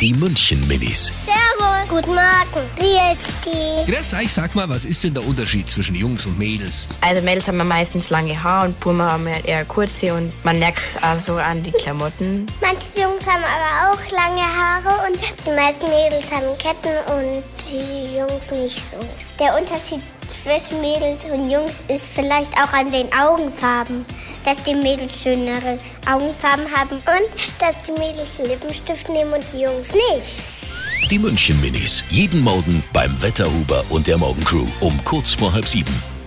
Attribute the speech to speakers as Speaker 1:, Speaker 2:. Speaker 1: Die München-Minis.
Speaker 2: Servus. Guten Morgen. Wie ist die?
Speaker 3: Grüß euch, sag mal, was ist denn der Unterschied zwischen Jungs und Mädels?
Speaker 4: Also Mädels haben ja meistens lange Haare und Buben haben ja eher kurze und man merkt es auch so an die Klamotten.
Speaker 2: Manche Jungs haben aber auch lange Haare und die meisten Mädels haben Ketten und die Jungs nicht so. Der Unterschied zwischen Mädels und Jungs ist vielleicht auch an den Augenfarben, dass die Mädels schönere Augenfarben haben und dass die Mädels Lippenstift nehmen und die Jungs nicht.
Speaker 1: Die München-Minis. Jeden Morgen beim Wetterhuber und der Morgencrew um kurz vor halb sieben.